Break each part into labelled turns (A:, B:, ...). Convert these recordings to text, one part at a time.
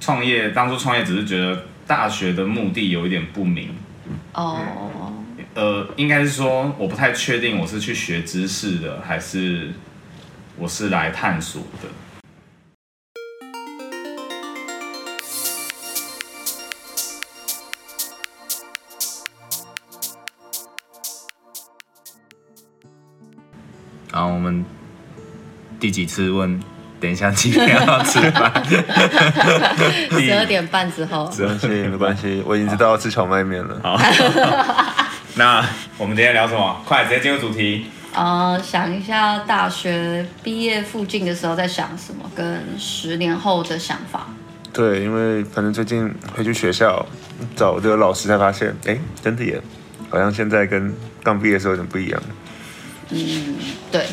A: 创业当初创业只是觉得大学的目的有一点不明，嗯
B: 哦，
A: 呃，应该是说我不太确定我是去学知识的，还是我是来探索的。好，我们第几次问？等一下几点要吃饭？ 第
B: 十二点半之后，
A: 之后
C: 没 关系，没关系，我已经知道要吃荞麦面了。
A: 好，那我们今天聊什么？快直接进入主题。
B: 呃，想一下大学毕业附近的时候在想什么，跟十年后的想法。
C: 对，因为反正最近回去学校找这个老师，才发现，哎，真的耶，好像现在跟刚毕业的时候有点不一样。
B: 对，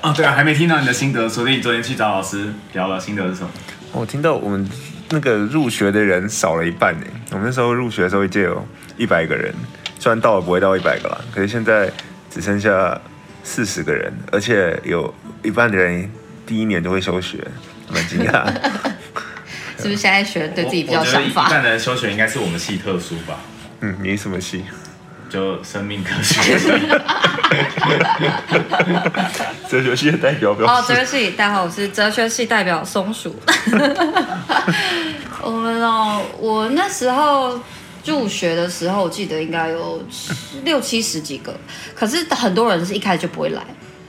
A: 啊，对啊，还没听到你的心得，所以你昨天去找老师聊了心得是什么？
C: 我听到我们那个入学的人少了一半哎，我们那时候入学的时候一届有一百个人，虽然到了不会到一百个啦，可是现在只剩下四十个人，而且有一半的人第一年就会休学，蛮惊讶。
B: 是不是现在学对自己比较
A: 我
B: 有
A: 觉得
B: 想
A: 一
B: 法？
A: 半的休学应该是我们系特殊吧，
C: 嗯，你什么系？
A: 就生命科 学。
C: 哲学系的代表表
B: 哦，
C: 示
B: 哲学系，大家好，我是哲学系代表松鼠。 我们哦，我那时候入学的时候，我记得应该有七六七十几个，可是很多人是一开始就不会来，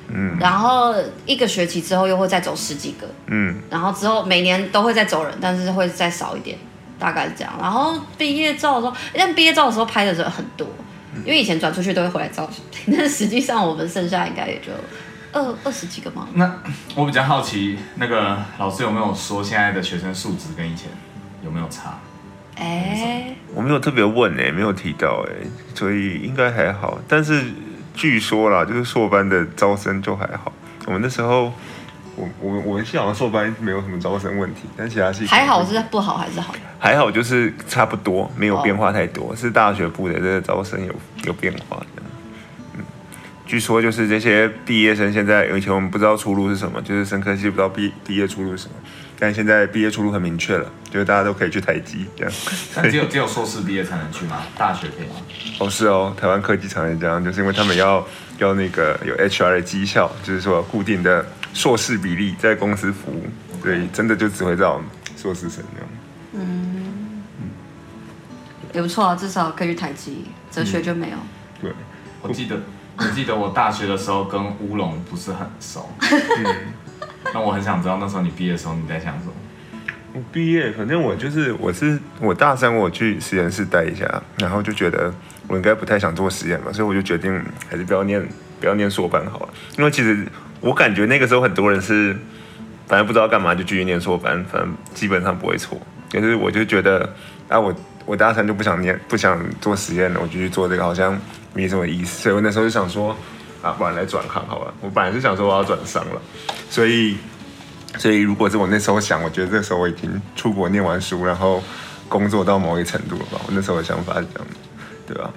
B: 嗯，然后一个学期之后又会再走十几个，
C: 嗯，
B: 然后之后每年都会再走人，但是会再少一点，大概是这样。然后毕业照的时候，但毕业照的时候拍的人很多，
C: 嗯
B: 因为以前转出去都会回来照， 但实际上我们剩下应该也就二二十几个嘛。
A: 那我比较好奇，那个老师有没有说现在的学生素质跟以前有没有差？
B: 哎，
C: 我没有特别问哎、没有提到哎、所以应该还好。但是据说啦，就是硕班的招生就还好。我们那时候，我我我们系好像硕班没有什么招生问题，但其他系
B: 还好是不好还是好？
C: 还好，就是差不多，没有变化太
B: 哦
C: 多。是大学部的这个招生有有变化的。嗯，据说就是这些毕业生现在，以前我们不知道出路是什么，就是生科系不知道毕毕业出路是什么，但现在毕业出路很明确了，就是大家都可以去台积这样。
A: 那 只有只有硕士毕业才能去吗？大学可以吗？
C: 哦，是哦，台湾科技厂也这样，就是因为他们要要那个有 HR 的绩效，就是说固定的硕士比例在公司服务，对，真的就只会找硕士生这样。
B: 也不错啊，至少可以去台积，哲学就没有。
C: 对，
A: 我记 得我记得我大学的时候跟乌龙不是很熟，嗯那我很想知道那时候你毕业的时候你在想什么。
C: 我毕业，反正我就是我是我大三我去实验室待一下，然后就觉得我应该不太想做实验嘛，所以我就决定还是不要念不要念硕班好了，因为其实我感觉那个时候很多人是反正不知道干嘛就继续念硕班，反正基本上不会错。可是我就觉得啊，我我大三就不想念，不想做实验了，我就去做这个好像没什么意思，所以我那时候就想说啊，不然来转行好了。我本来是想说我要转商了，所以所以如果是我那时候想，我觉得这时候我已经出国念完书，然后工作到某一个程度了吧。我那时候的想法是这样的，对吧？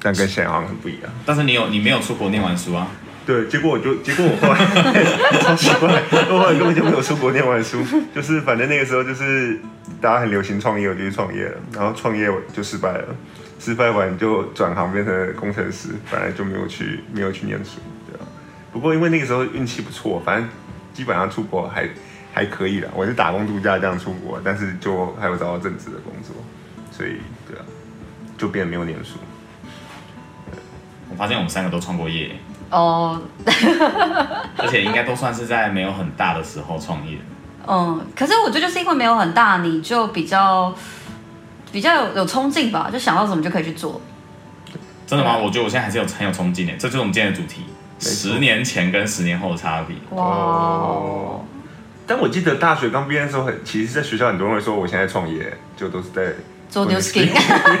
C: 但跟现在好像很不一样。
A: 但是你有你没有出国念完书啊？
C: 对，结果我就结果我后来 超奇怪，我后来根本就没有出国念完书，就是反正那个时候就是大家很流行创业，我就去创业了，然后创业我就失败了，失败完就转行变成工程师，本来就没有去没有去念书，对吧？不过因为那个时候运气不错，反正基本上出国还还可以啦，我是打工度假这样出国，但是就还有找到正职的工作，所以对啊，就变没有念书。
A: 我发现我们三个都创过业，
B: 哦，
A: 而且应该都算是在没有很大的时候创业。
B: 嗯，可是我觉得就是因为没有很大，你就比较比较有有冲劲吧，就想到什么就可以去做。
A: 真的吗？我觉得我现在还是有很有冲劲的，这就是我们今天的主题：
C: 错
A: 十年前跟十年后的差别。
B: 哇哦。
C: 但我记得大学刚毕业的时候很，其实在学校很多人会说我现在创业，就都是在
B: 做 new skin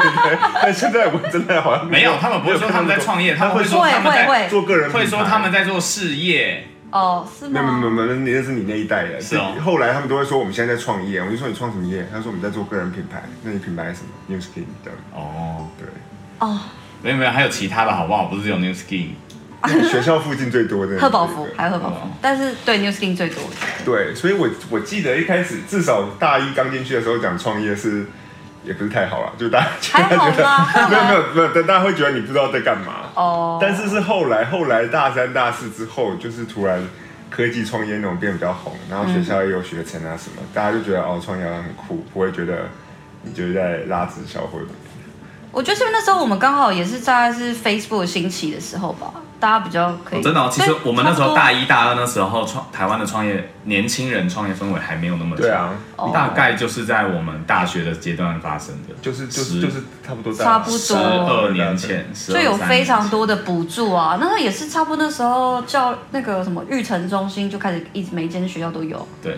C: 但现在我真的好像
A: 没有，他们不会说他们在创业，他们会说他们在
B: 会
C: 做个人品牌，
A: 会说他们在做事业。
B: 哦，是
C: 没有。没有
B: 吗？
C: 没有没有，那是你那一代的。
A: 是哦
C: 后来他们都会说我们现在在创业，我就说你创什么业？他说我们在做个人品牌。那你品牌是什么？New Skin 这样。
A: 哦，
C: 对，
B: 哦，
A: 没有没有，还有其他的好不好？不是只有 New Skin。
C: 学校附近最多的
B: 贺宝福还有贺宝福
A: 哦，
B: 但是对 New Skin 最多。
C: 对，所以我我记得一开始至少大一刚进去的时候讲创业是也不是太好了，就大家
B: 还好啦 后来
C: 没有没有没有，但大家会觉得你不知道在干嘛。
B: 哦，
C: 但是是后来后来大三大四之后，就是突然科技创业那种变得比较红，然后学校也有学程啊什么，大家就觉得哦创业好像很酷，不会觉得你就是在拉直销或者
B: 我觉得是不是那时候我们刚好也是在是 Facebook 兴起的时候吧，大家比较可以。
A: 真的哦、其实
B: 对
A: 我们那时
B: 差不
A: 候
B: 多
A: 大一、大二那时候创台湾的创业，年轻人创业氛围还没有那么强
C: 对啊，
B: 哦
A: 大概就是在我们大学的阶段发生的，
C: 就是就
A: 十
C: 是就是差不多大
B: 差不多
A: 十二年前，12
B: 就有非常
A: 13年前
B: 多的补助啊，那时候也是差不多那时候叫那个什么育成中心就开始一直每一间学校都有
A: 对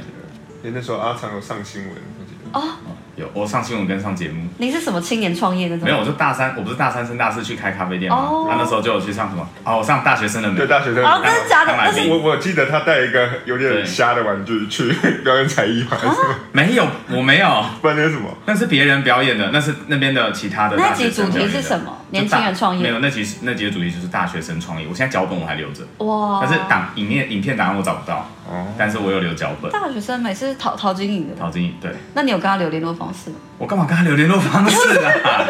C: 因为那时候阿常有上新闻，我记得。
B: 哦。
A: 有我上新闻跟上节目。
B: 你是什么青年创业那种？
A: 没有，我就大三，我不是大三升大四去开咖啡店吗？
B: 哦
A: 他、那时候就有去上什么？哦，我上大学生了没
C: 对？大学生
B: 哦，真的假的？
A: 他买
B: 那是
A: 冰
C: 我我记得他带一个有
A: 对
C: 点瞎的玩具去表演才艺嘛，还是什么
A: 没有，我没有，
C: 不然那是什么？
A: 那是别人表演的，那是那边的其他的
B: 那
A: 大学生
B: 集主题
A: 表演的
B: 是什么
A: 就大
B: 年轻人创业
A: 没有，那集是那集的主题就是大学生创业。我现在脚本我还留着，
B: 哇，
A: 但是档影片影片档案我找不到，
C: 哦，
A: 但是我有留脚本。
B: 大学生每次淘淘金营的，
A: 陶晶莹，对
B: 那你有跟他留联络方式吗？
A: 我干嘛跟他留联络方式啊？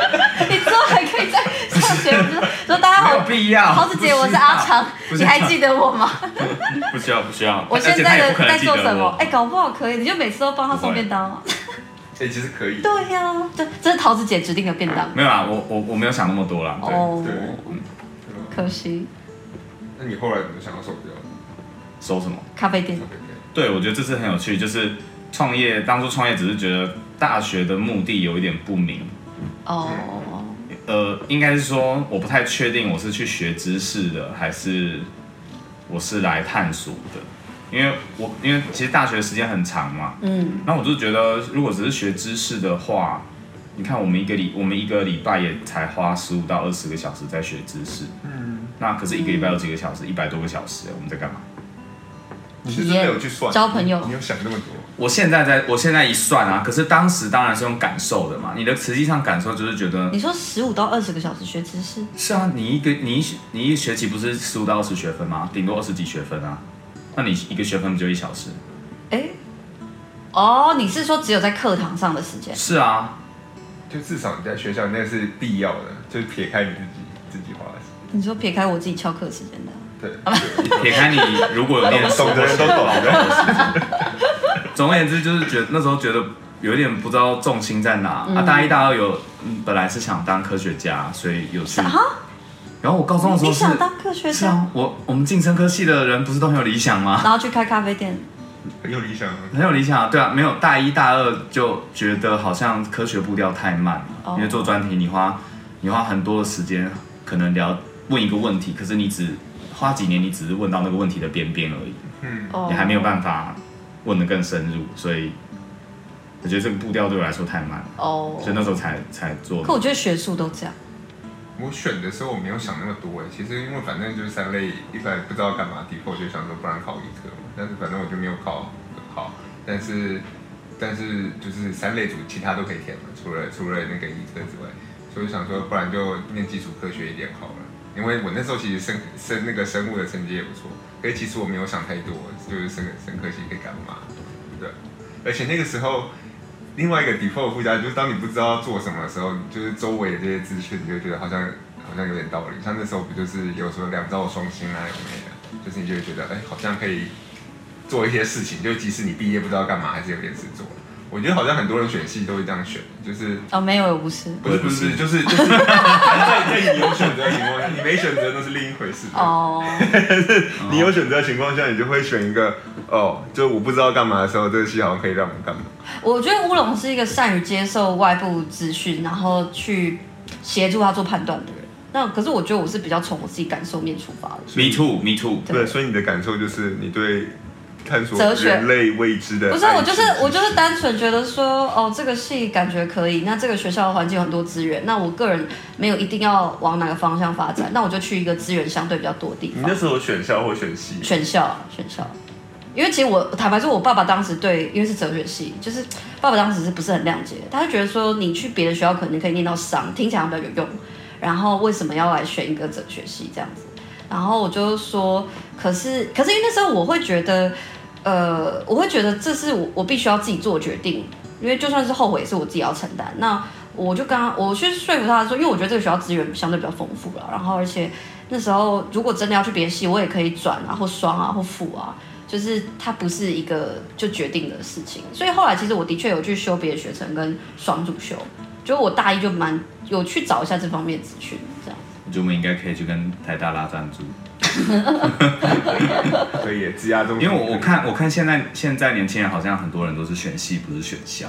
B: 你之后还可以再上节目说说大家
A: 没有
B: 好，
A: 必要。
B: 桃子姐，我是阿长，
A: 不需
B: 你
A: 要
B: 还记得我吗？
A: 不需要，不需要。
B: 我
A: 而
B: 现
A: 且他
B: 在
A: 也
B: 的
A: 不可
B: 在
A: 能记得
B: 做
A: 我
B: 什么？哎，搞不好可以，你就每次都帮他送便当啊。
C: 哎，其实可以。
B: 对呀，这这是桃子姐指定的便当。
A: 没有啊，我我我没有想那么多啦。对，
B: 哦
C: 对，
B: 可惜
C: 那你后来怎么想到手表？
A: 收什么？
B: 咖啡店
A: 对，我觉得这次很有趣，就是创业，当初创业只是觉得大学的目的有一点不明，
B: 哦，
A: 呃，应该是说我不太确定我是去学知识的，还是我是来探索的，因为我因为其实大学时间很长嘛，
B: 嗯，
A: 那我就觉得如果只是学知识的话，你看我们一个礼我们一个礼拜也才花十五到二十个小时在学知识，嗯，那可是一个礼拜有几个小时，一百多个小时，我们在干嘛？
C: 你是真的有去算
B: 交朋友
C: 你有想那么多？
A: 我现在在我现在一算啊，可是当时当然是用感受的嘛，你的实际上感受就是觉得
B: 你说十五到二十个小时学知识，
A: 是啊，你一个你一你一学期不是十五到二十学分吗？顶多二十几学分啊，那你一个学分不就一小时？
B: 哎，哦，你是说只有在课堂上的时间？
A: 是啊，
C: 就至少你在学校那是必要的，就是撇开你自己自己花的时间。
B: 你说撇开我自己翘课时间的，
C: 对，
A: 撇开你如果有念书，
C: 懂的人都懂的。
A: 总而言之就是觉得那时候觉得有点不知道重心在哪、啊。大一大二有、嗯本来是想当科学家，所以有去。然后我高中的时
B: 啊你
A: 候是
B: 想当科学
A: 是
B: 生，
A: 啊，我我们进生科系的人不是都很有理想吗？
B: 然后去开咖啡店，
C: 很 有理想啊。
A: 很有理想啊，对啊，没有大一大二就觉得好像科学步调太慢了，
B: 哦
A: 因为做专题你花你花很多的时间，可能聊问一个问题，可是你只花几年，你只是问到那个问题的边边而已，
C: 嗯，
B: 哦
A: 你还没有办法问得更深入，所以我觉得这个步调对我来说太慢了，
B: 哦
A: 所以那时候才才做
B: 可。我觉得学术都这样，
C: 我选的时候我没有想那么多哎，其实因为反正就是三类，一般不知道干嘛，底后就想说不然考一科嘛，但是反正我就没有考好，但是但是就是三类组其他都可以填嘛，除了除了那个医科之外，所以我想说不然就念基础科学一点好了，因为我那时候其实生生那个生物的成绩也不错，可是其实我没有想太多，就是生生科系可以干嘛，对，而且那个时候。另外一个 default 附加就是，当你不知道做什么的时候，就是周围的这些资讯，你就觉得好像好像有点道理。像那时候不就是有时候两兆双星啊，有没有？就是你就会觉得，哎、好像可以做一些事情，就即使你毕业不知道干嘛，还是有点事做。我觉得好像很多人选系都会这样选，就是
B: 哦，没有，我不是，
C: 不是不是，就是 就是在在你有选择的情况下，你没选择那是另一回事。
B: 哦，
C: 你有选择的情况下，你就会选一个哦，就我不知道干嘛的时候，这个系好像可以让我干嘛。
B: 我觉得乌龙是一个善于接受外部资讯，然后去协助他做判断的人。那可是我觉得我是比较从我自己感受面出发的，
A: Me too, me too。
C: 对，所以你的感受就是你对探索
B: 哲学
C: 人类未知的
B: 不是，啊
C: 爱
B: 我就是
C: 情
B: 我就是单纯觉得说，哦，这个系感觉可以，那这个学校的环境有很多资源，那我个人没有一定要往哪个方向发展，那我就去一个资源相对比较多的地
C: 你
B: 方
C: 那。时候选校或选系，
B: 选校啊，选校，因为其实我坦白说，我爸爸当时对，因为是哲学系，就是爸爸当时是不是很谅解？他就觉得说，你去别的学校可能可以念到商，听起来好像比较有用，然后为什么要来选一个哲学系这样子？然后我就说，可是可是因为那时候我会觉得，呃，我会觉得这是我我必须要自己做决定，因为就算是后悔也是我自己要承担。那我就跟他，我去说服他说，因为我觉得这个学校资源相对比较丰富了，然后而且那时候如果真的要去别的系，我也可以转啊或双啊或辅啊。就是它不是一个就决定的事情，所以后来其实我的确有去修别的学程跟双主修，就我大一就蛮有去找一下这方面资讯，这样。
A: 我觉得我们应该可以去跟台大拉赞助，
C: 可以积压中，
A: 因为我我看我看现在现在年轻人好像很多人都是选系不是选校，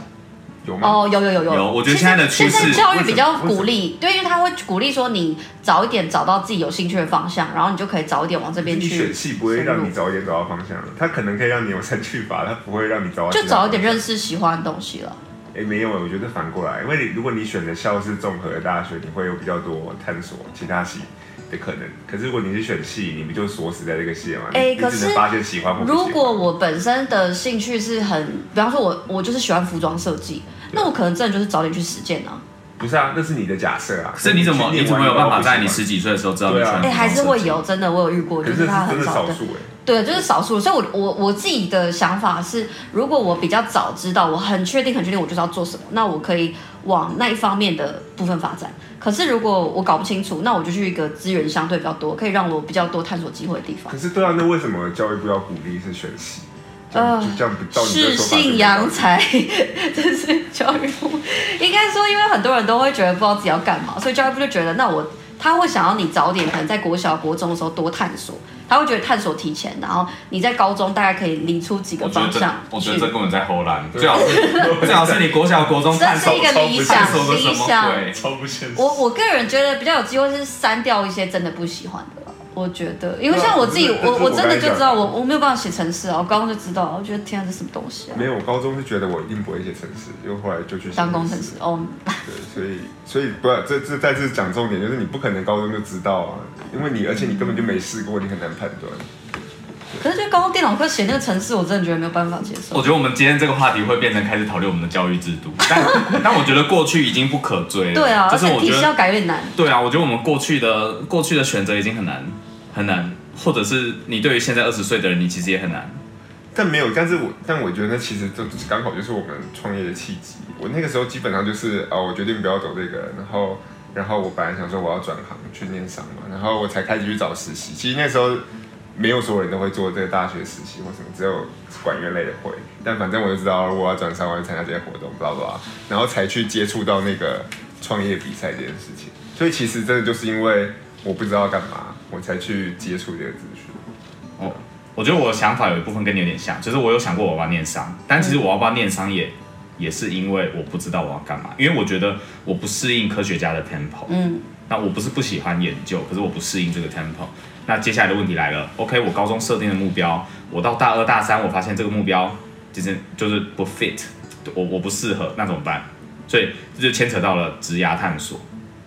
C: 有吗？
B: 哦，有有有有
A: 有我觉得
B: 其实
A: 现在的趋势
B: 现在教育比较
C: 为什么
B: 鼓励，对，因为他会鼓励说你早一点找到自己有兴趣的方向，然后你就可以早一点往这边
C: 你选
B: 去，
C: 系不会让你早一点找到方向的，它可能可以让你有三去法，它不会让你找到
B: 就早一点认
C: 识。
B: 识喜欢的东西了。
C: 哎，没有，我觉得反过来，因为你如果你选的校是综合的大学，你会有比较多探索其他系的可能。可是如果你是选系，你不就锁死在这个系了吗？
B: 哎
C: 你
B: 可
C: 你
B: 是
C: 只能发现喜欢啊或不喜欢。
B: 如果我本身的兴趣是很，比方说我我就是喜欢服装设计，那我可能真的就是早点去实践啊。
C: 不是啊，那是你的假设啊。
A: 可是你怎么
C: 去
A: 你
C: 念
A: 怎
C: 完
A: 么有
C: 以后
A: 办法在你
C: 不喜
A: 十几岁的时候知道你喜啊欢服
B: 哎、
A: 装设计？
B: 还是会有，真的我有遇过，
C: 欢？可
B: 就是
C: 这
B: 他
C: 是真
B: 很
C: 的
B: 少
C: 少
B: 的。
C: 数哎。
B: 对，就是少数，所以我我我自己的想法是，如果我比较早知道，我很确定很确定我就是要做什么，那我可以往那一方面的部分发展。可是如果我搞不清楚，那我就去一个资源相对比较多，可以让我比较多探索机会的地方
C: 可。是对啊，那为什么教育部要鼓励是选系？这样
B: 呃
C: 就这样不照你的
B: 是
C: 说法就
B: 信
C: 不
B: 扬
C: 到。
B: 才， 这是教育部。应该说，因为很多人都会觉得不知道自己要干嘛，所以教育部就觉得，那我他会想要你早点，可能在国小、国中的时候多探索，他会觉得探索提前，然后你在高中大概可以理出几个
A: 我觉得
B: 方
A: 这
B: 向
A: 我觉
B: 去
A: 得。这根本在偷懒，最好是啊 最好是你国小国中
B: 这
A: 探
B: 是
A: 索
B: 一个理想
A: 探索个什
B: 理
A: 么
B: 想。
A: 鬼？
C: 超不现实。
B: 我我个人觉得比较有机会是删掉一些真的不喜欢的了。我觉得，因为像我自己，
C: 对啊
B: 我
C: 这是
B: 我
C: 我
B: 真的就知道
C: 刚才讲的
B: 我我没有办法写程式啊，我高中就知道，我觉得天啊，这什么东西啊
C: 没？有，我高中是觉得我一定不会写程式，因为后来就去写
B: 当工程师。哦，
C: 对，所以所以不要这这再次讲重点，就是你不可能高中就知道啊，因为你而且你根本就没试过，你很难判断。
B: 可是就高中电脑课写那个程式，我真的觉得没有办法接受
A: 我。觉得我们今天这个话题会变成开始讨论我们的教育 制度，但但我觉得过去已经不可追了。
B: 对啊，而
A: 就是
B: 且
A: 我
B: 体
A: 觉
B: 系要
A: 得
B: 改有点难。
A: 对啊，我觉得我们过去的过去的选择已经很难很难，或者是你对于现在二十岁的人，你其实也很难。
C: 但没有，但是我但我觉得其实这刚好就是我们创业的契机。我那个时候基本上就是啊、我决定不要走这个，然后然后我本来想说我要转行去念商嘛，然后我才开始去找实习。其实那时候没有所有人都会做这个大学实习或什么，只有管乐类的会。但反正我就知道我要转商，我要参加这些活动，blah blah，然后才去接触到那个创业比赛这件事情。所以其实真的就是因为我不知道干嘛，我才去接触这个资讯。
A: 哦，我觉得我的想法有一部分跟你有点像，就是我有想过我要不要念商，但其实我要不要念商也也是因为我不知道我要干嘛，因为我觉得我不适应科学家的 tempo。
B: 嗯，
A: 那我不是不喜欢研究，可是我不适应这个 tempo。那接下来的问题来了，OK，我高中设定的目标，我到大二大三，我发现这个目标其实就是不 fit，我我不适合，那怎么办？所以这就牵扯到了职涯探索。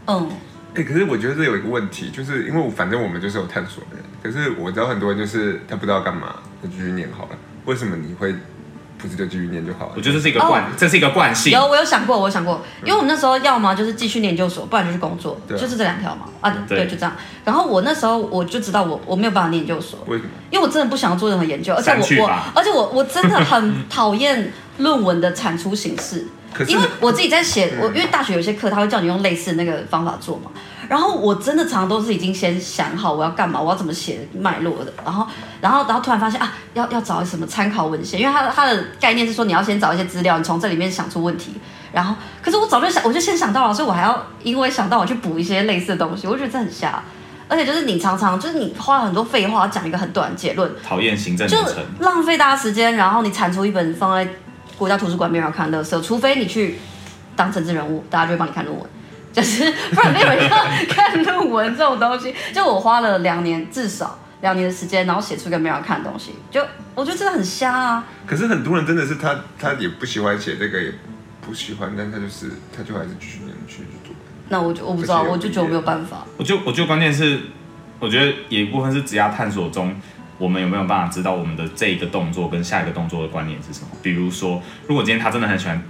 B: 嗯，
C: 哎、可是我觉得这有一个问题，就是因为我反正我们就是有探索的人，可是我知道很多人就是他不知道干嘛，就继续念好了。为什么你会不是就继续念就好了？
A: 我觉得这是一个惯
B: 哦
A: 这是一个惯性
B: 有。我有想过，我有想过，因为我们那时候要么就是继续念研究所，不然就去工作，
C: 对啊
B: 就是这两条嘛。啊，
A: 对
B: 对，就这样。然后我那时候我就知道我我没有办法念研究所，
C: 为什么？
B: 因为我真的不想要做任何研究，而且
A: 删去
B: 我我
A: 吧
B: 而且我我真的很 讨厌论文的产出形式，
C: 可是嗯
B: 因为我自己在写，我因为大学有些课他会叫你用类似那个方法做嘛，然后我真的常常都是已经先想好我要干嘛，我要怎么写脉络的，然后然后然后突然发现啊，要要找什么参考文献，因为它的它的概念是说你要先找一些资料，你从这里面想出问题。然后，可是我早就想，我就先想到了，所以我还要因为想到我去补一些类似的东西，我就觉得这很瞎。而且就是你常常就是你花了很多废话讲一个很短的结论，
A: 讨厌行政
B: 就
A: 流程，
B: 浪费大家时间，然后你产出一本放在国家图书馆没有人看的垃圾，除非你去当政治人物，大家就会帮你看论文。就是 不然没有人要看论文这种东西。就我花了两年，至少两年的时间，然后写出一个没有人看的东西，就我觉得真的很瞎啊。
C: 可是很多人真的是他他也不喜欢写这个，也不喜欢，但他就是他就还是继续念继续读。
B: 那我就我不知道，
C: 而且也
B: 我就觉得我没有办法。
A: 我就我就关键是，我觉得有一部分是职涯探索中，我们有没有办法知道我们的这一个动作跟下一个动作的关联是什么？比如说，如果今天他真的很喜欢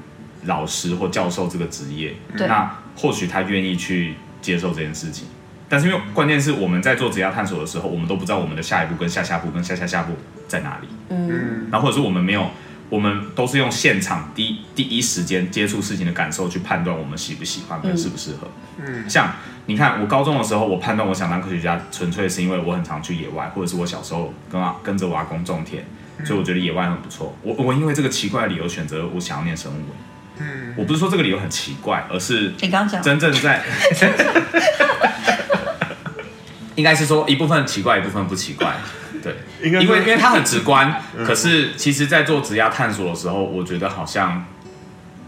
A: 老师或教授这个职业，
B: 对
A: 那或许他愿意去接受这件事情。但是因为关键是我们在做职业探索的时候，我们都不知道我们的下一步、跟下下步、跟下下下步在哪里。
C: 嗯，
A: 然后或者是我们没有，我们都是用现场第一第一时间接触事情的感受去判断我们喜不喜欢跟适不适合。
C: 嗯，
A: 像你看，我高中的时候，我判断我想当科学家，纯粹是因为我很常去野外，或者是我小时候跟啊跟着我阿公种田，
C: 嗯
A: 所以我觉得野外很不错。我我因为这个奇怪的理由选择我想要念生物。嗯，我不是说这个理由很奇怪，而是
B: 你刚刚讲
A: 真正在， 应该是说一部分奇怪，一部分不奇怪，对，
C: 应该
A: 因为
C: 是
A: 因为它很直观，可是其实，在做职涯探索的时候，我觉得好像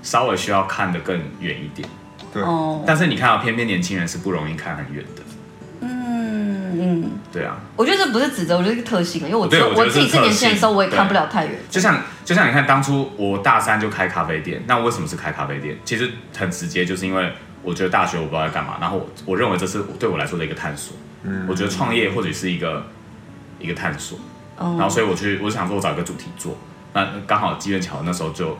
A: 稍微需要看得更远一点。
B: 哦，
A: 但是你看啊，偏偏年轻人是不容易看很远的，
B: 嗯嗯，
A: 对啊，
B: 我觉得这不是指责，我觉得是特性，因为我自
A: 对我觉得
B: 我自己
A: 是
B: 是
A: 特
B: 年轻人的时候，
A: 性
B: 我也看不
A: 对
B: 了太远。
A: 就像就像你看，当初我大三就开咖啡店，那为什么是开咖啡店？其实很直接，就是因为我觉得大学我不知道在干嘛，然后我我认为这是对我来说的一个探索，我觉得创业或许是一个一个探索，然后
B: 嗯，
A: 所以我去，我就想说我找一个主题做，那刚好机缘巧合，那时候就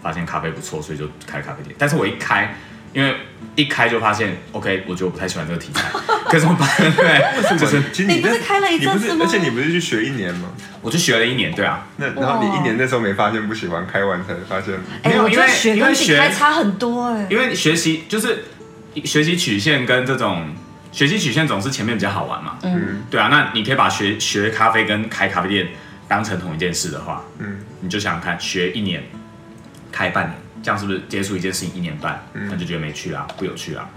A: 发现咖啡不错，所以就开咖啡店。但是我一开，因为一开就发现，OK，我觉得我不太喜欢这个题材， 可以怎么办？对，就是
C: 其实
B: 你不是开了一
C: 你不
B: 阵
C: 是
B: 子吗
C: 而且你不是去学一年吗？
A: 我就学了一年，对啊，
C: 那然后你
B: 哇
C: 一年那时候没发现不喜欢，开完才发现。
A: 没
B: 哎，
A: 有
B: 我觉得
A: 因为
B: 学
A: 因为
B: 跟自己
A: 学
B: 开差很多哎。
A: 因为学习就是学习曲线跟这种学习曲线总是前面比较好玩嘛，
B: 嗯，
A: 对啊，那你可以把学学咖啡跟开咖啡店当成同一件事的话，
C: 嗯，
A: 你就想想看，学一年，开半年，这样是不是接触一件事情一年半，那就觉得没趣啦，不有趣啦，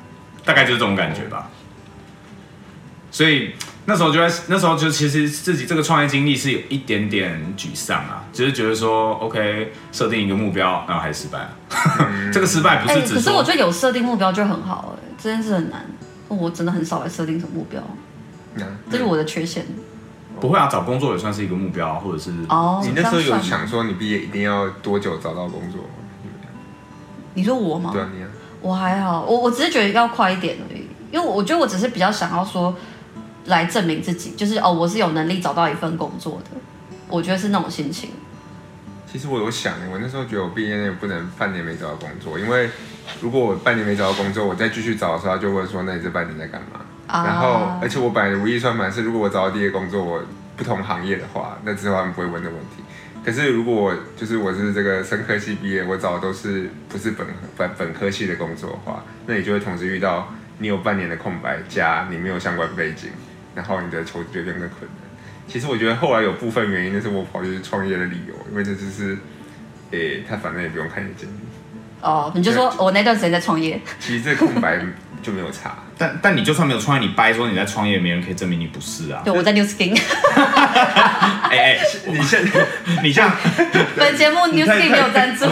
A: 大概就是这种感觉吧。所以那时候就在那时候就其实自己这个创业经历是有一点点沮丧啊，只、是觉得说 OK 设定一个目标，然后还失败了。 这个失败不
B: 哎，
A: 是只
B: 可是
A: 说
B: 我觉得有设定目标就很好哎，这件事很难。哦我真的很少来设定什么目标，
C: 嗯哦
B: 这是我的缺陷。
A: 不会啊，找工作也算是一个目标，啊或者是
B: 哦，
C: 你那时候
B: 这样
C: 有
B: 算吗？
C: 想说你毕业一定要多久找到工作吗？
B: 你说我吗？
C: 对啊，你啊，
B: 我还好，我我只是觉得要快一点而已，因为我觉得我只是比较想要说，来证明自己，就是哦，我是有能力找到一份工作的，我觉得是那种心情。
C: 其实我有想，我那时候觉得我毕业那不能半年没找到工作，因为如果我半年没找到工作，我再继续找的时候，他就问说，那你这半年在干嘛？
B: 啊
C: 然后，而且我本来如意算盘是，如果我找到第一个工作，我不同行业的话，那之后他们不会问的问题。可是如果我就是我是这个生科系毕业，我找的都是不是本本本科系的工作的话，那你就会同时遇到你有半年的空白加你没有相关背景，然后你的求职就变更困难。其实我觉得后来有部分原因，就是我跑去创业的理由，因为这就是，呃诶、他反正也不用看你的经历，
B: 哦，你就说我那段时间在创业，
C: 其实这空白 就没有差。
A: 但但你就算没有创业，你掰说你在创业，没人可以证明你不是啊。
B: 对，我在 New Skin。
A: 哎哎，
C: 你现在
A: 你 这样，
B: 本节目 New
C: 太
B: Skin 没有赞助，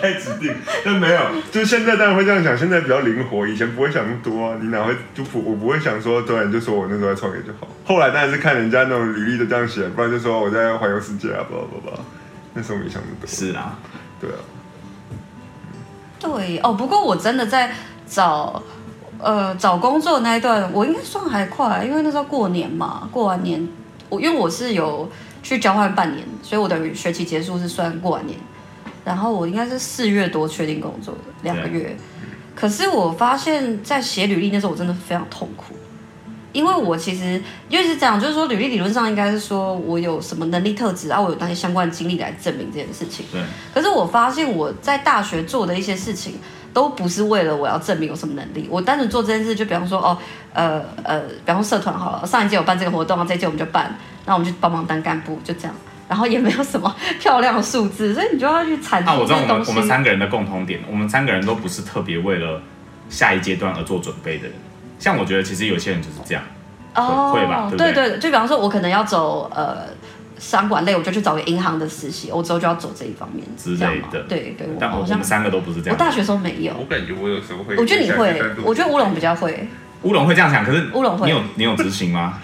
C: 太指定，但没有，就现在当然会这样想，现在比较灵活，以前不会想那么多啊，你哪会就不我不会想说，突然就说我那时候在创业就好，后来当然是看人家那种履历都这样写，不然就说我在环游世界啊，叭叭叭，那时候没想那么多，
A: 是啊，
C: 对啊，
B: 对哦，不过我真的在找呃找工作那一段，我应该算还快，啊因为那时候过年嘛，过完年我因为我是有去交换半年，所以我的学期结束是算过完年，然后我应该是四月多确定工作的，两个月。可是我发现，在写履历那时候，我真的非常痛苦，因为我其实因为是这样，就是说履历理论上应该是说我有什么能力特质啊，我有哪些相关经历来证明这件事情。
A: 对，
B: 可是我发现我在大学做的一些事情，都不是为了我要证明有什么能力。我单纯做这件事，就比方说，哦，呃呃，比方说社团好了，上一届有办这个活动，然后这一届我们就办，那我们就帮忙当干部，就这样。然后也没有什么漂亮的数字，所以你就要去阐
A: 那
B: 述
A: 啊我
B: 这
A: 知道
B: 些
A: 我们
B: 东
A: 我
B: 西。
A: 们三个人的共同点，我们三个人都不是特别为了下一阶段而做准备的人。像我觉得其实有些人就是这样，
B: 哦，
A: 会吧对不对
B: 对对，就比方说，我可能要走呃商管类，我就去找个银行的实习，我之后就要走这一方面
A: 之
B: 这样
A: 类
B: 嘛
A: 的
B: 对对，我
A: 但我
B: 好
A: 我
B: 像
A: 们三个都不是这样。
B: 我大学时候没有，
C: 啊我感觉我有时候会，
B: 我觉得你会，我觉得乌龙比
C: 较，
B: 较会。
A: 乌龙会这样想，可是
B: 乌龙会
A: 你有你有执行吗？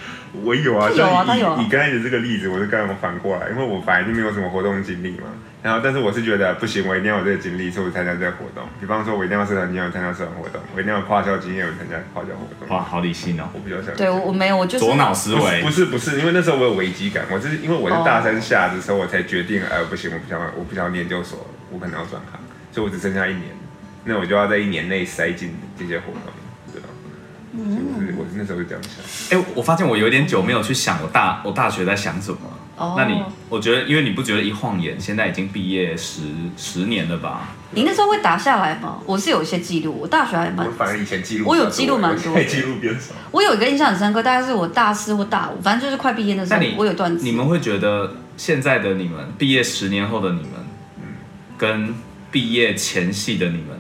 C: 我有啊，
B: 他有啊他
C: 像以
B: 有啊
C: 以刚才的这个例子，我是刚刚反过来，因为我本来就没有什么活动经历嘛，然后但是我是觉得不行，我一定要有这个经历，所以我参加这个活动，比方说我一定要社团经验，我参加社团活动，我一定要有跨校经验，我参加跨校活动，
A: 哇，好理性哦，
C: 我比较想
B: 对我我没有，我就是
A: 左脑思维
C: 不是不是，因为那时候我有危机感，我是因为我是大三下的时候，我才决定，哎、不行，我不想，我不想念研究所，我可能要转行，所以我只剩下一年，那我就要在一年内塞进这些活动，对吧？
B: 嗯
C: 就是我是那时候就这样想，
A: 哎、我发现我有点久没有去想我大我大学在想什么。
B: 哦
A: 那你，我觉得，因为你不觉得一晃眼，现在已经毕业十十年了吧？
B: 你那时候会打下来吗？我是有一些记录，我大学还蛮
C: 我，反而以前记录
B: 我有
C: 比较
B: 记录蛮
C: 我现
B: 多
C: 在
B: 的
C: 记录变少。
B: 我有一个印象很深刻，大概是我大四或大五，反正就是快毕业的时
A: 那
B: 候
A: 你，
B: 我有一段
A: 你
B: 子。
A: 们会觉得现在的你们，毕业十年后的你们，跟毕业前夕的你们，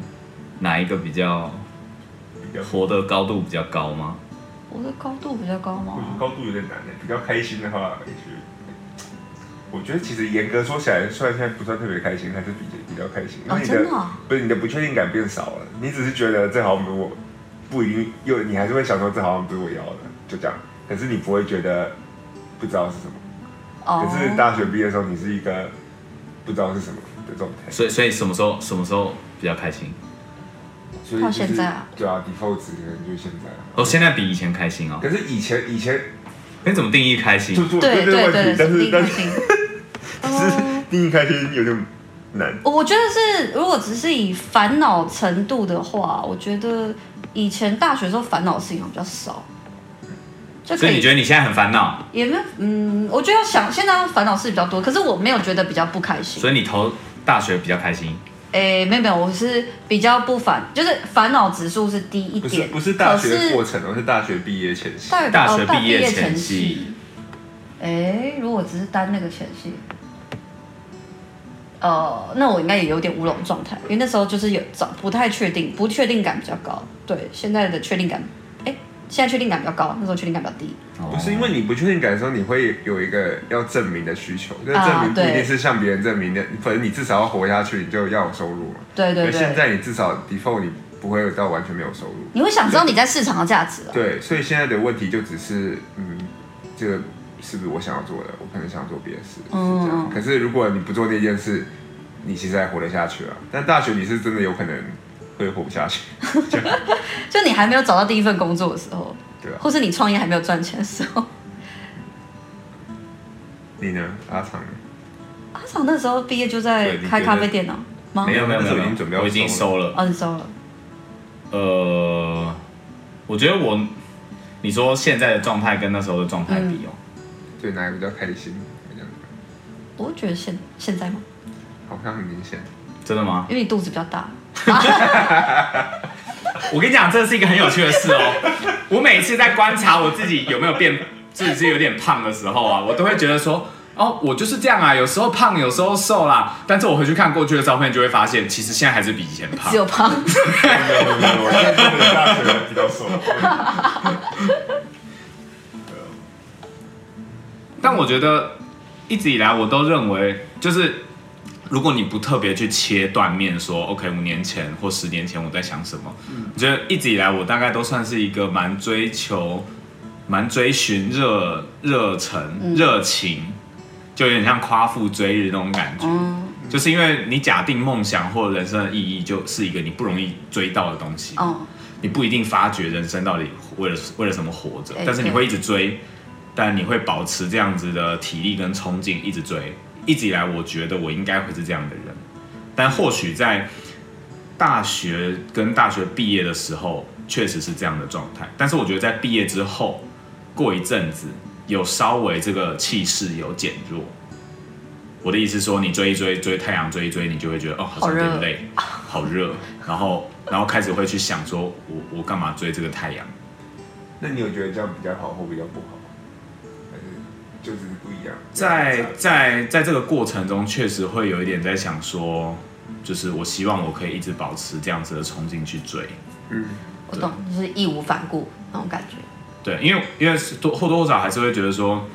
A: 哪一个比较
C: 比较
A: 活的高度比较高吗？
B: 我的高度比较高
C: 我觉得
B: 吗？
C: 高度有点难的，比较开心的话，也许我觉得其实严格说起来，虽然现在不算特别开心，还是比比较开心。因
B: 哦
C: 为你
B: 真的哦
C: 不是你的不确定感变少了，你只是觉得这好像不是我，不一定又你还是会想说这好像不是我要的，就这样。可是你不会觉得不知道是什么。
B: 哦，
C: 可是大学毕业的时候，你是一个不知道是什么的状态。
A: 所以，所以什么时候什么时候比较开心？
C: 所以
B: 到
C: 就
B: 现
C: 是
B: 在啊
C: 对啊，default 值可能就是现在啊。
A: 哦，现在比以前开心哦。
C: 可是以前以前
A: 你怎么定义开心
C: 就？做
B: 对
C: 这
B: 对
C: 个问题
B: 对，，
C: 但
B: 第
C: 是
B: 一
C: 但
B: 个
C: 是
B: 心。
C: 只是
B: 哦
C: 定义开心有点难。
B: 我觉得是，如果只是以烦恼程度的话，我觉得以前大学的时候烦恼的事情好像比较少，就可
A: 所以你觉得你现在很烦恼，
B: 也没有，嗯，我觉得要想现在烦恼事比较多，可是我没有觉得比较不开心。
A: 所以你投大学比较开心。
B: 诶，没有没有，我是比较不烦，就是烦恼指数是低一
C: 不是
B: 点，
C: 不是大
B: 可
C: 学
B: 是
C: 过程哦，是大学毕业前夕。
B: 大
A: 大
B: 哦
A: 学
B: 大
A: 毕业前
B: 前
A: 夕
B: 夕。哎、如果只是单那个前夕，呃，那我应该也有点乌龙状态，因为那时候就是有找不太确定，不确定感比较高。对，现在的确定感，哎、现在确定感比较高，那时候确定感比较低。
C: 不是因为你不确定感的时候，你会有一个要证明的需求，就是
B: 啊
C: 证明不一
B: 对
C: 定是向别人证明的，反正你至少要活下去，你就要有收入嘛。
B: 对对
C: 而现
B: 对，
C: 在你至少 default 你不会有到完全没有收入。
B: 你会想知道你在市场的价值啊。
C: 对，所以现在的问题就只是，嗯，这个是不是我想要做的？我可能想做别的事，是这样。
B: 嗯
C: 可是如果你不做那件事，你其实还活得下去啊。但大学你是真的有可能会活不下去，
B: 嗯就你还没有找到第一份工作的时候，
C: 对啊吧、
B: 或是你创业还没有赚钱的时候，
C: 你呢，阿长呢？
B: 阿长那时候毕业就
C: 对
B: 在
C: 你觉得
B: 开咖啡店呢、哦吗？
A: 没有没有没有，
C: 那时候已经准备要
A: 我已经收
C: 收
A: 了。
B: 哦，你收了。
A: 呃，我觉得我，你说现在的状态跟那时候的状态比哦，
C: 对哪个比较开心？这样
B: 我觉得现现在吗？
C: 好像很明显。
A: 真的吗？
B: 因为你肚子比较大。
A: 我跟你讲，这是一个很有趣的事哦。 我每次在观察我自己有没有变，自己是有点胖的时候啊，我都会觉得说，哦，我就是这样啊，有时候胖，有时候瘦啦。但是我回去看过去的照片，就会发现，其实现在还是比以前胖
B: 只。有胖。
C: 没有没有没有，我现在真的大学比较瘦。
A: 但我觉得一直以来我都认为，就是如果你不特别去切断面说，OK，五年前或十年前我在想什么，我觉得一直以来我大概都算是一个蛮追求、蛮追寻热热忱、热情，就有点像夸父追日那种感觉。
B: 嗯，
A: 就是因为你假定梦想或人生的意义，就是一个你不容易追到的东西。
B: 哦，
A: 你不一定发觉人生到底为了为了什么活着
B: 哎，
A: 但是你会一直追，但你会保持这样子的体力跟冲劲，一直追。一直以来，我觉得我应该会是这样的人，但或许在大学跟大学毕业的时候，确实是这样的状态。但是我觉得在毕业之后，过一阵子有稍微这个气势有减弱。我的意思是说，你追一追追太阳追一追，你就会觉得哦，好像有
B: 好热
A: 点累，好热，然后然后开始会去想说，我我干嘛追这个太阳？
C: 那你有觉得这样比较好或比较不好？还是就是不一样？
A: 在在在这个过程中，确实会有一点在想说，就是我希望我可以一直保持这样子的冲劲去追。
C: 嗯，
B: 我懂，就是义无反顾那种感觉。
A: 对，因为因为是多或多或少还是会觉得说，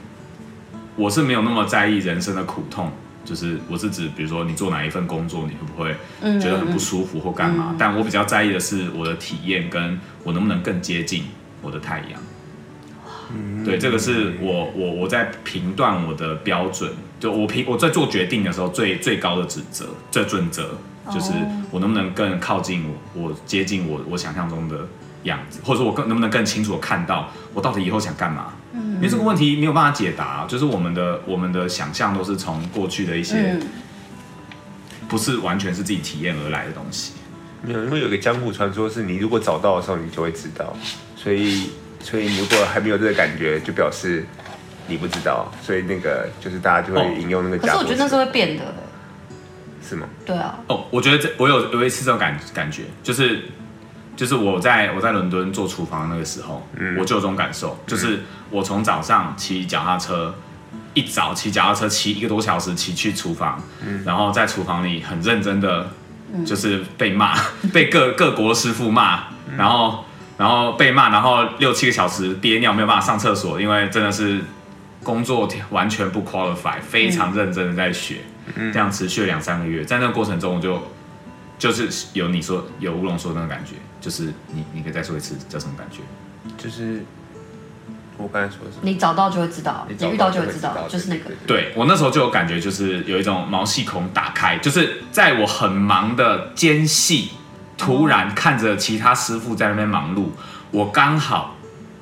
A: 我是没有那么在意人生的苦痛，就是我是指，比如说你做哪一份工作，你会不会
B: 嗯，
A: 觉得很不舒服或干嘛？但我比较在意的是我的体验，跟我能不能更接近我的太阳。对，这个是我我我在评断我的标准，就我评我在做决定的时候最最高的指责、最准则，就是
B: 哦
A: 我能不能更靠近我，我接近我我想象中的样子，或者说我更能不能更清楚的看到我到底以后想干嘛。因为这个问题没有办法解答，就是我们的我们的想象都是从过去的一些
B: 嗯，
A: 不是完全是自己体验而来的东西。
C: 没有，因为有个江湖传说是你如果找到的时候，你就会知道，所以所以你如果还没有这个感觉，就表示你不知道，所以那个就是大家就会
A: 哦
C: 引用那个
B: 可
C: 假
B: 是
C: 果
B: 我
C: 词。
B: 觉得那是会变的欸，
C: 是吗？
B: 对啊，
A: 哦，我觉得这我有有一次这种感感觉，就是就是我在我在伦敦做厨房那个时候，我就有这种感受，就是我从早上骑脚踏车。一早骑脚踏车骑一个多小时骑去厨房，然后在厨房里很认真的，就是被骂，被各各国师傅骂，然后然后被骂，然后六七个小时憋尿没有办法上厕所，因为真的是工作完全不 qualify，非常认真的在学，这样持续了两三个月，在那个过程中我就就是有你说有乌龙说的那个感觉，就是你你可以再说一次叫什么感觉？
C: 就是我刚才说的是，
B: 你找到就会知道，
C: 你
B: 你
C: 找到
B: 遇到
C: 就
B: 就
C: 会
B: 会
C: 知
B: 知
C: 道
B: 道，就是那个
C: 对对
A: 对我那时候就有感觉，就是有一种毛细孔打开，就是在我很忙的间隙，突然看着其他师傅在那边忙碌，我刚好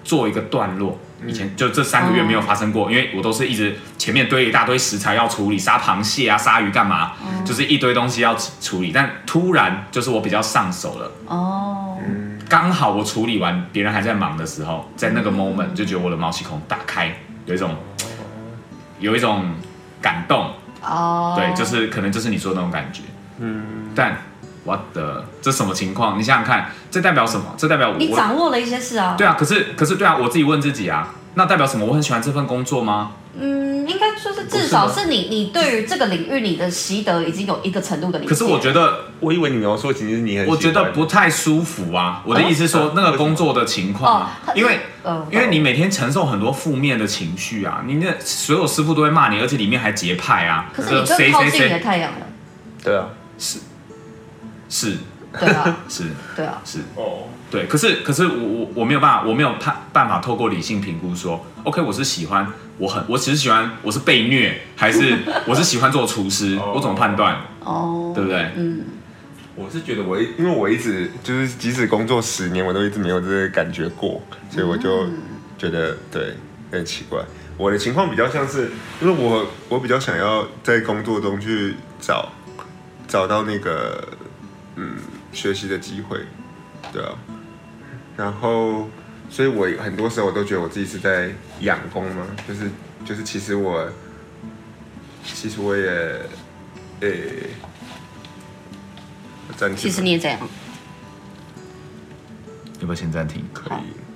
A: 做一个段落。以前就这三个月没有发生过，因为我都是一直前面堆一大堆食材要处理，杀螃蟹啊、鲨鱼干嘛，就是一堆东西要处理。但突然就是我比较上手了，
B: 哦，
A: 刚好我处理完，别人还在忙的时候，在那个
B: 嗯
A: moment 就觉得我的毛细孔打开，有一种有一种感动，
B: 哦，
A: 对，就是可能就是你说的那种感觉。嗯，但 what the 这什么情况？你想想看，这代表什么？这代表我
B: 你掌握了一些事啊，
A: 对啊，可是可是对啊，我自己问自己啊，那代表什么？我很喜欢这份工作吗？
B: 嗯，应该说是至
C: 不
B: 少
C: 是
B: 是你你对于这个领域你的习得已经有一个程度的理解，
A: 可是我觉得
C: 我以为你描述其实你很喜欢，
A: 我觉得不太舒服啊。我的意思是说，那个工作的情况啊
B: 哦，
A: 因为
B: 嗯
A: 因为你每天承受很多负面的情绪啊，你那所有师傅都会骂你，而且里面还结派啊。
B: 可是你
A: 就
B: 更
A: 谁
B: 靠
A: 谁
B: 近你的
A: 谁
B: 太阳了，
C: 对啊，
A: 是
B: 对啊，
A: 是
B: 对啊，
A: 是，
C: 哦，
A: 对。可是可是我我我没有办法，我没有判办法透过理性评估说，OK，我是喜欢，我很我只是喜欢，我是被虐，还是我是喜欢做厨师？
C: 哦
A: 我怎么判断？
B: 哦，
A: 对不对
B: 嗯，
C: 我是觉得我一因为我一直就是即使工作十年，我都一直没有这个感觉过，所以我就觉得、对有点奇怪。我的情况比较像是，因为我我比较想要在工作中去找找到那个嗯学习的机会，对啊，然后所以我很多时候我都觉得我自己是在养工嘛，就是就是其实我其实我也诶。暂停
B: 其实你也这样，
A: 要不要先暂停？
C: 可以。